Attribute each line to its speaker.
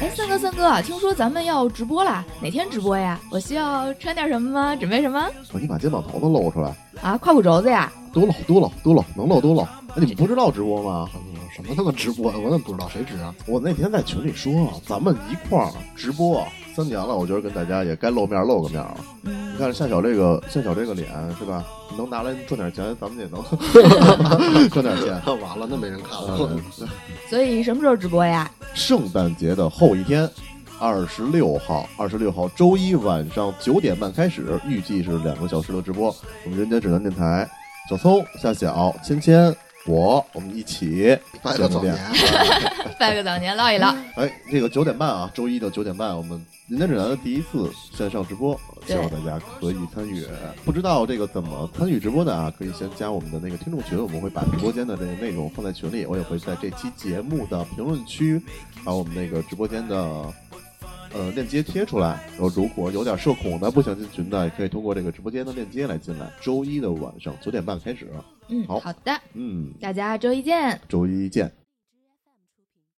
Speaker 1: 哎，三哥，三哥，听说咱们要直播啦，哪天直播呀？我需要穿点什么吗？准备什么？
Speaker 2: 哦你把肩膀头都露出来，
Speaker 1: 啊，胯骨轴子呀？
Speaker 2: 多露多露多露，能露多露。哎，你们不知道直播吗？什么他妈直播呀？我怎么不知道谁直啊？我那天在群里说了，咱们一块儿直播三年了，我觉得跟大家也该露面露个面了。
Speaker 1: 嗯
Speaker 2: 你，看夏晓这个夏晓这个脸是吧？能拿来赚点钱，咱们也能 赚点钱。
Speaker 3: 完了，那没人看了
Speaker 2: 嗯。
Speaker 1: 所以什么时候直播呀？
Speaker 2: 圣诞节的后一天，二十六号，二十六号周一晚上九点半开始，预计是两个小时的直播。我们人间指南电台，小聪、夏晓、芊芊，我，我们一起
Speaker 3: 拜个早年，
Speaker 1: 拜个早年，唠一唠。
Speaker 2: 哎，这个九点半啊，周一的九点半，我们人间指南的第一次线上直播，希望大家可以参与。不知道这个怎么参与直播的啊，可以先加我们的那个听众群，我们会把直播间的这个内容放在群里，我也会在这期节目的评论区，把我们那个直播间的。呃，链接贴出来。然后如果有点社恐的，不想进群的，也可以通过这个直播间的链接来进来。周一的晚上九点半开始，
Speaker 1: 嗯，
Speaker 2: 好
Speaker 1: 好的，
Speaker 2: 嗯，
Speaker 1: 大家周一见。
Speaker 2: 周一见。